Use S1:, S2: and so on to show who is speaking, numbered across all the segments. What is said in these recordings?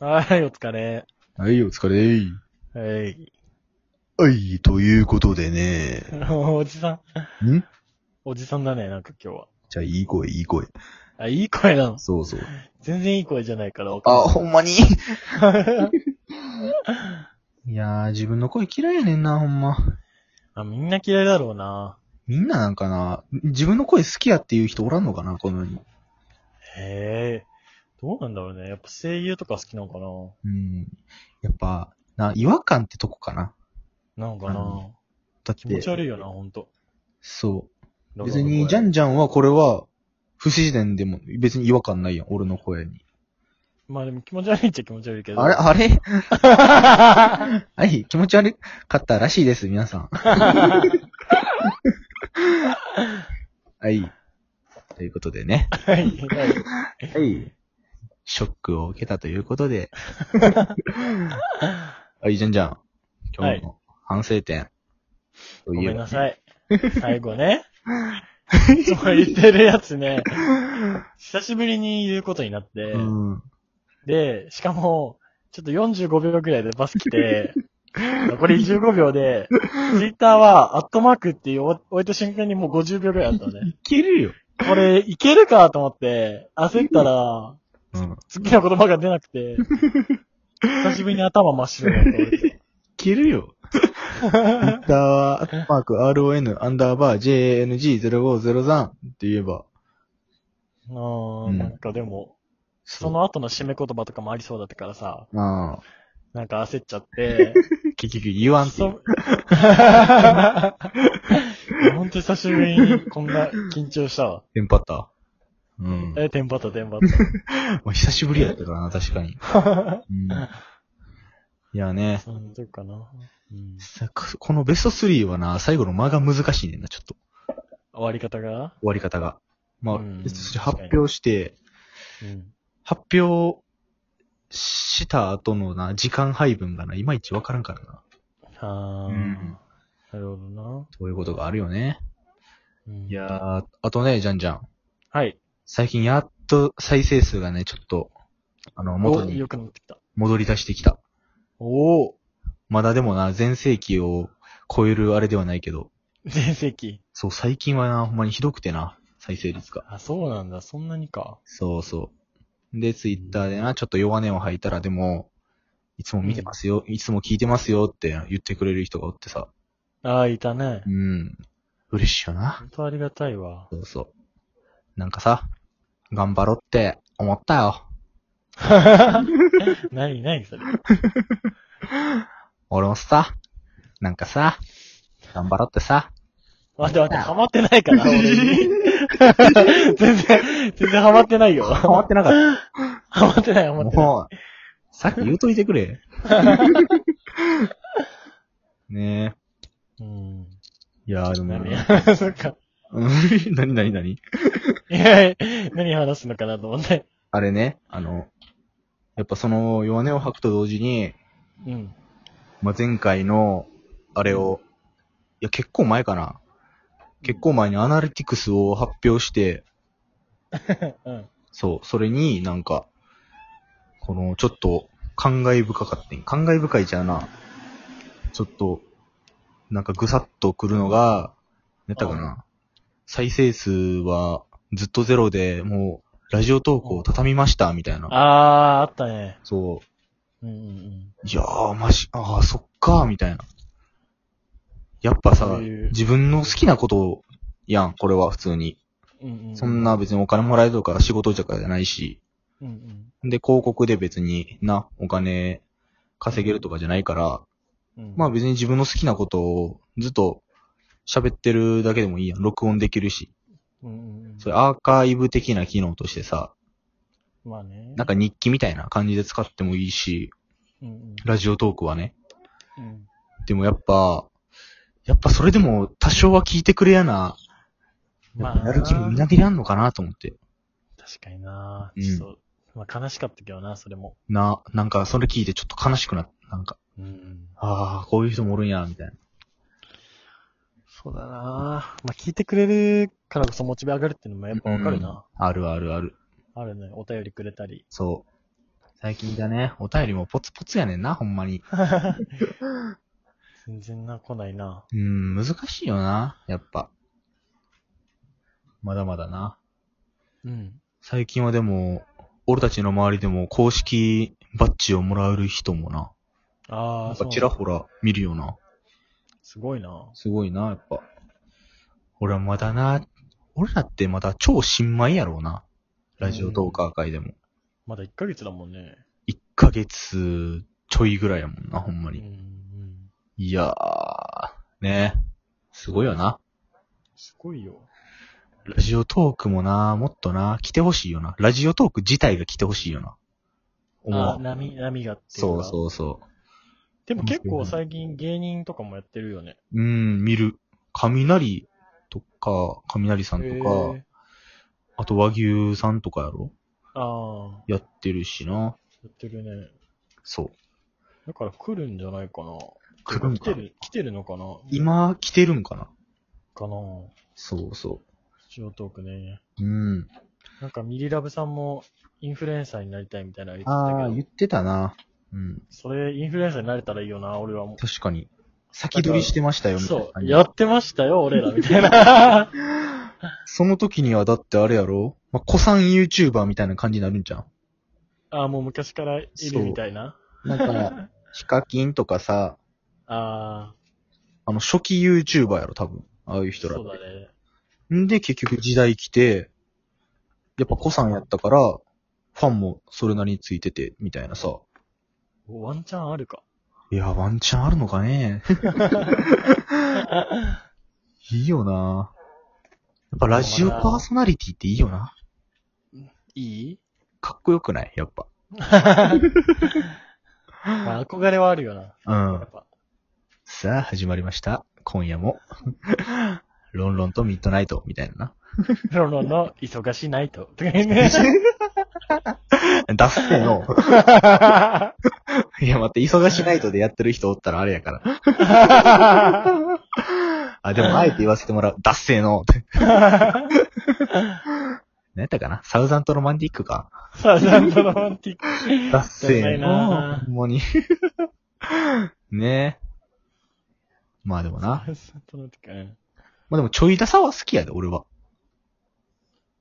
S1: はい、お疲れ。
S2: はい、お疲れ。
S1: はい。
S2: はい、ということでね。
S1: おじさ
S2: ん
S1: ん、おじさんだね、なんか今日は。
S2: じゃあ、いい声、いい声。
S1: あ、いい声なの。
S2: そうそう。
S1: 全然いい声じゃないからわ
S2: あ、
S1: か
S2: ほんまに い
S1: んない。
S2: やー、自分の声嫌いやねんな、ほんま。
S1: あ、みんな嫌いだろうな。
S2: みんななんかな、自分の声好きやっていう人おらんのかな、この世に。
S1: へえ。どうなんだろうね。やっぱ声優とか好きなのか
S2: うん。やっぱ、な、違和感ってとこかな。
S1: ななのか
S2: あ
S1: な
S2: のだって、
S1: 気持ち悪いよな、ほんと。
S2: そ
S1: ロ
S2: う。
S1: ロの
S2: 別
S1: 声
S2: に、ジャンジャンはこれは、不自然でも、別に違和感ないやん、俺の声に。
S1: まあでも気持ち悪いっちゃ気持ち悪いけど。
S2: あれ、あれ はい、気持ち悪かったらしいです、皆さん。はい。と いうことでね。
S1: はい。
S2: はい。ショックを受けたということ で。はい、じゃんじゃん。今日の反省点。
S1: ご
S2: といえば
S1: めんな さい。最後ね。いつも言ってるやつね。久しぶりに言うことになって。
S2: うん。
S1: で、しかも、ちょっと45秒くらいでバス来て、 残り15秒で、ツイッターは、アットマークっていう終わった瞬間にもう50秒くらいあったのね。
S2: いけるよ。
S1: これ、いけるかと思って、焦ったら、
S2: うん。い
S1: 次の言葉が出なくて、久しぶりに頭真っ白になった俺
S2: けるよ。ツイッターは、マーク、RON、アンダーバー、JNG0503 って言えば。
S1: うーん、なんかでも、その後の締め言葉とかもありそうだったからさ、
S2: う。ああ。
S1: なんか焦っちゃって、
S2: 結局言わんっていう。
S1: そう。 本当久しぶりにこんな緊張したわ。
S2: テンパった。うん。
S1: え、テンパった、テンパっ
S2: まあ、久しぶりやったからな、確かに。
S1: た。
S2: うん、いやね、
S1: そんなとこかな。うん。
S2: さこのベスト3はな、最後の間が難しいねんな、ちょっと。
S1: 終わり方が
S2: 終わり方が。まあ、
S1: うん
S2: ベスト3発表して、
S1: うん。
S2: 発表した後のな、時間配分がな、いまいちわからんからな。
S1: はあ、
S2: うん
S1: なるほどな。
S2: そういうことがあるよね。
S1: うん
S2: いやー、あとね、じゃんじゃん。
S1: はい。
S2: 最近やっと再生数がね、ちょっと、あの、元
S1: お
S2: に
S1: 良くなってきた。
S2: 戻り出してきた。
S1: おお
S2: まだでもな、全盛期を超えるあれではないけど、
S1: 全盛期。
S2: そう、最近はな、ほんまにひどくてな、再生率が。
S1: あ、そうなんだ。そんなにか。
S2: そうそう。で、ツイッターでな、ちょっと弱音を吐いたら、でも、いつも見てますよ、いつも聞いてますよって言ってくれる人がおってさ、
S1: ああ、いたね
S2: う。ん、嬉しいよな。
S1: 本当ありがたいわ。
S2: そうそう。なんかさ、頑張ろうって思ったよ。
S1: 何、何それ。
S2: 俺もさ、なんかさ、頑張ろうってさ、
S1: 待って待って、ハマってな いから、俺に。 全然、全然ハマって ないよ。
S2: 変わってなかっ
S1: ハマってない、ハ
S2: た。
S1: マってない。
S2: もう、さっき言うといてく れ。ね
S1: うん。
S2: え。いやーでも
S1: 何
S2: な、
S1: や、 そっか。
S2: うん 何何何
S1: いやいや、何話すのかなと思って。
S2: あれね、あの、やっぱその弱音を吐くと同時に、
S1: うん。
S2: まあ、前回の、あれを、いや、結構前かな。結構前にアナリティクスを発表して、
S1: うん。
S2: そう、それになんか、この、ちょっと、感慨深かったん感慨深いじゃうな。ちょっと、なんかぐさっとくるのが、やったか
S1: う
S2: な。再生数はずっとゼロで、もう、ラジオ投稿を畳みました、みたいな。
S1: あー、あったね。
S2: そう。
S1: うんうん
S2: いやー、マジ、あー、そっかー、みたいな。やっぱ
S1: そ
S2: さ
S1: ういう、
S2: 自分の好きなことを、やん、これは普通に。
S1: うん。うんうん。
S2: そんな別にお金もらえるとか仕事とかじゃないし。
S1: うんうん。
S2: で、広告で別にな、お金稼げるとかじゃないから、
S1: うん。
S2: まあ別に自分の好きなことをずっと喋ってるだけでもいいやん。録音できるし。
S1: うんうんうん。
S2: それアーカイブ的な機能としてさ、
S1: まあね。
S2: なんか日記みたいな感じで使ってもいいし、
S1: うんうん。
S2: ラジオトークはね。
S1: うん。
S2: でもやっぱ、やっぱそれでも多少は聞いてくれやな、
S1: まあ、
S2: やる気もみなぎらんのかなと思って。
S1: 確かにな
S2: うん
S1: ちょっと、まあ悲しかったけどな、それも。
S2: な、なんかそれ聞いてちょっと悲しくなった。なんか、
S1: うんうん。
S2: ああ、こういう人もおるんや、みたいな。
S1: そうだなまあ聞いてくれるからこそモチベ上がるっていうのもやっぱわかるな。
S2: あるあるある。
S1: あるね。お便りくれたり。
S2: そう。最近だね。お便りもポツポツやねんな、ほんまに。
S1: 全然な、来ないな。
S2: うん、難しいよな、やっぱ。まだまだな。
S1: うん。
S2: 最近はでも、俺たちの周りでも公式バッジをもらえる人もな。
S1: あ
S2: な
S1: あ、
S2: ん
S1: そ
S2: か
S1: う。
S2: ちらほら見るよな。
S1: すごいな。
S2: すごいな、やっぱ。俺はまだな、俺らってまだ超新米やろうな。ラジオトーカー界でも。
S1: まだ1ヶ月だもんね。
S2: 1ヶ月ちょいぐらいやもんな、ほんま
S1: うんう
S2: に。
S1: ん。
S2: いやー、ねすごいよな。
S1: すごいよ。
S2: ラジオトークもな、もっとな、来てほしいよな。ラジオトーク自体が来てほしいよな。思う
S1: ああ、波、波がっていう
S2: そう
S1: か
S2: そうそ
S1: でも結構最近芸人とかもやってるよね。
S2: う。うん、見る。雷とか、雷さんと
S1: へ
S2: か、
S1: ー
S2: あと和牛さんとかやろ
S1: ああ、
S2: やってるしな。
S1: やってるね。
S2: そう。
S1: だから来るんじゃないかな。
S2: 来るん
S1: 来
S2: か
S1: て。る、来てるのかな
S2: 今、来てるんかな
S1: かな
S2: そうそ
S1: 塩トークね。
S2: う。うん。
S1: なんかミリラブさんもインフルエンサーになりたいみたいなの言って
S2: ああ、
S1: たけ
S2: 言っ
S1: ど、
S2: てたな。うん。
S1: それインフルエンサーになれたらいいよな、俺はも
S2: 確かに。先取りしてましたよ、
S1: う。
S2: みたいな
S1: そ
S2: 感
S1: う、
S2: じ。
S1: やってまし たよ、俺ら、みたいな。
S2: その時にはだってあれやろまあ、古参 YouTuber みたいな感じになるんじゃん
S1: ああ、もう昔からいるみたいな。
S2: なんか、ヒカキンとかさ、
S1: ああ、
S2: あの、初期 YouTuber やろ、多分。ああいう人らっ
S1: そう
S2: て。
S1: だね。
S2: んで、結局時代来て、やっぱ古参やったから、ファンもそれなりについてて、みたいなさ。
S1: ワンチャンあるか。
S2: いや、ワンチャンあるのかねいいよなやっぱラジオパーソナリティっていいよな。
S1: い い
S2: かっこよくないやっぱ。
S1: まあ、憧れはあるよな。
S2: う
S1: や
S2: ん
S1: っ。ぱ。
S2: さあ、始まりました。今夜も。ロンロンとミッドナイト、みたいな
S1: プロのの忙しいナイト。とか言うね
S2: な。出せよ。いや、待って、忙しないとでやってる人おったらあれや から。あ、でも、あえて言わせてもらう。脱せのって。何やったかなサウザントロマンティックか。
S1: サザンドロマンティック。
S2: 脱せ
S1: ダサい
S2: の
S1: な。
S2: ほんまに。 ねえ。まあでもな。
S1: サザンドロマンティック
S2: まあでも、ちょいダサは好きやで、俺は。
S1: うん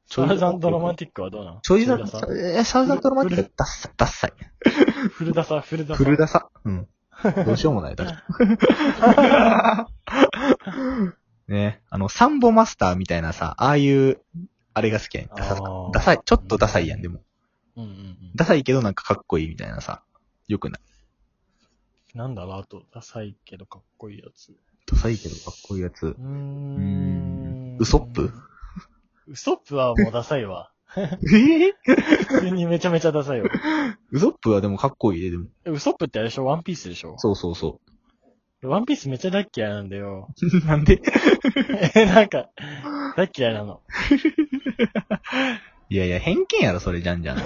S1: サザンドロマン
S2: ティック。
S1: ティックはどうなん
S2: ちょいダ
S1: 古
S2: サ、え、サウザントロマンティック、ダッサ、ダッサい。
S1: サフルダサ、フルダサ。
S2: フルダサ。うん。どうしようもない、だ から。ねあの、サンボマスターみたいなさ、ああいう、あれが好きやん。ダサ
S1: あー
S2: ダサい。ちょっとダサいやん、でも。
S1: うんうんうん。
S2: ダサいけどなんかかっこいいみたいなさ。よくない。
S1: なんだろう、あと、ダサいけどかっこいいやつ。う
S2: ダサいけどかっこいいやつ。
S1: ーん。
S2: ウソップ
S1: ウソップはもうダサいわ。
S2: ええ
S1: 普通にめちゃめちゃダサいわ。
S2: ウソップはでもかっこいいで、でも。
S1: えウソップってあれでしょワンピースでしょ
S2: そうそうそ
S1: ワンピースめっちゃ大っ嫌いなんだよ。
S2: う。なんで
S1: え、なんか、大っ嫌いなの。
S2: いやいや、偏見やろ、それじゃんじゃん。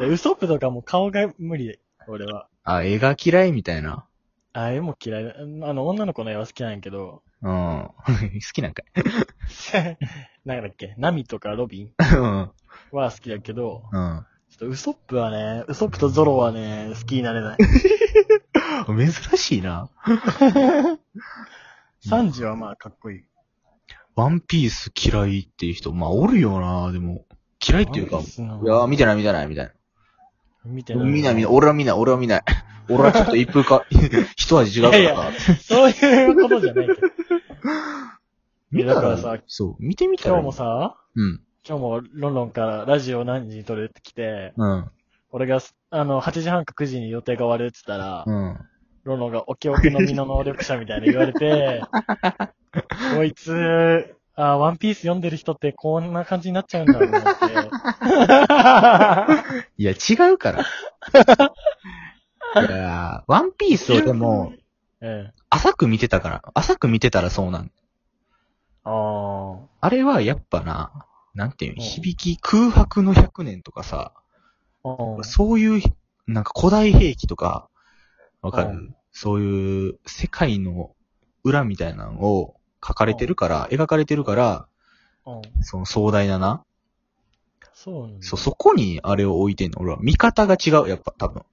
S1: でウソップとかもう顔が無理、俺は。
S2: あ、絵が嫌いみたいな。
S1: あ、絵も嫌いだ。あの、女の子の絵は好きなんやけど、
S2: うん。 好きなんかい。
S1: なんだっけ、ナミとかロビン
S2: うん。
S1: は好きだけど、
S2: うん。
S1: ちょっとウソップはね、ウソップとゾロはね、好きになれない。
S2: 珍しいな。
S1: サンジはまあかっこいい。
S2: ワンピース嫌いっていう人、まあ、おるよな、でも。嫌いっていうか、
S1: ワ
S2: い
S1: ンピースの
S2: やー、見てない見てない、みたい
S1: 見て
S2: な。
S1: ない。
S2: 見ない見ない、俺は見ない、俺は見ない。俺はちょっと一風か、 一味違うか
S1: いやい
S2: ら
S1: や
S2: さ。
S1: そういうことじゃない けど。
S2: 見た
S1: だかららさ
S2: そう、見てみたら。
S1: 今日も。さ、
S2: うん。
S1: 今日もロンロンからラジオ何時に撮るって来て、
S2: うん。
S1: 俺が、あの、8時半か9時に予定が終わるって言ったら、
S2: うん。
S1: ロノがオケオケのみの能力者みたいな言われて、 こいつ、あワンピース読んでる人ってこんな感じになっちゃうんだろうなって。
S2: いや、違う から。いやーワンピースをでも、
S1: うん。
S2: 浅く見てたから。浅く見てたらそうなん。
S1: あ
S2: あれはやっぱな、なんていう
S1: うん
S2: の、響き、空白の100年とかさ、
S1: あ。うん。
S2: そういう、なんか古代兵器とか、わかる、
S1: うん
S2: そういう世界の裏みたいなのを書かれてるから、描かれてるから、
S1: うん
S2: その壮大なな、
S1: そうなんだ。
S2: そう、そこにあれを置いてんの。俺は見方が違う、やっぱ、多分。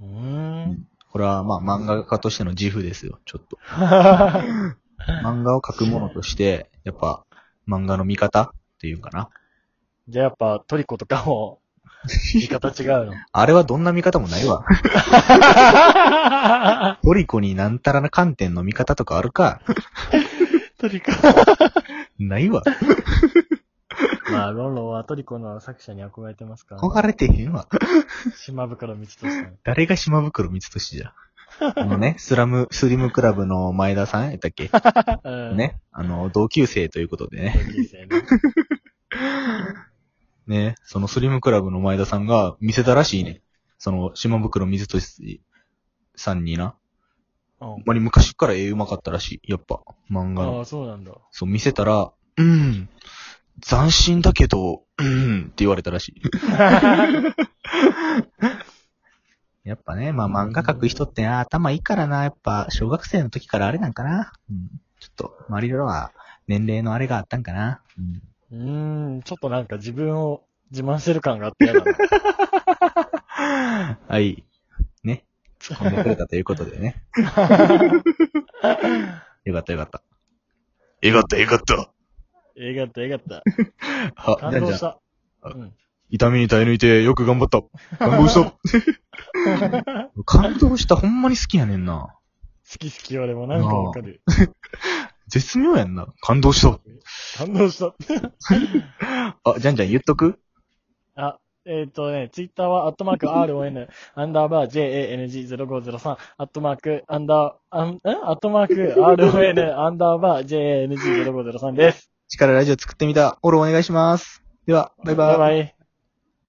S1: うーん。
S2: これは、まあ、漫画家としての自負ですよ、ちょっと。漫画を描くものとして、やっぱ、漫画の見方っていうかな。
S1: じゃあやっぱトリコとか も、見方違うの。
S2: あれはどんな見方もないわ。トリコになんたらな観点の見方とかあるか
S1: トリコ。
S2: ないわ。
S1: まあ、ロンロンはトリコの作者に憧れてますから、
S2: 憧れてへんわ。
S1: 島袋光 俊さん。
S2: 誰が島袋光俊じゃ。あのね、スラム、スリムクラブの前田さんやったっけ
S1: うん。
S2: ね。あの、同級生ということでね。
S1: 同級生ね。
S2: ね、そのスリムクラブの前田さんが見せたらしいね。その、島袋水俊さんにな。
S1: う
S2: ほ
S1: ん
S2: んまに昔から絵うまかったらしい。やっぱ、漫画
S1: あ
S2: の。
S1: あ、そうなんだ。
S2: そう、見せたら、うん、斬新だけど、うん、って言われたらしい。やっぱね、まあ漫画描く人ってな頭いいからな、やっぱ小学生の時からあれなんかな。うん、ちょっと、周りのは年齢のあれがあったんかな。うん、
S1: うーん、ちょっとなんか自分を自慢してる感があって嫌 だな。
S2: はい。ね。突っ込んでくれたということでね。よかったよかった。よかったよかった。
S1: えがった、えがった。
S2: あ、じゃ
S1: 感
S2: あ
S1: 動
S2: じゃ
S1: し
S2: あ、
S1: た。うん。
S2: 痛みに耐え抜いてよく頑張った。感動した。 感動した、ほんまに好きやねんな。
S1: 好き好き俺もなんかわかる。
S2: 絶妙やんな。感動した。
S1: 感動した。
S2: あ、じゃんじゃん言っとく
S1: あ、えっ、とね、ツイッターは、アットマーク RON、アンダーバー JANG0503、アットマーク、アンダー、あん、んアットマーク RON、アンダーバー JANG0503 です。
S2: 力ラジオ作ってみた。フォローお願いします。では、バイバイ。
S1: バイ。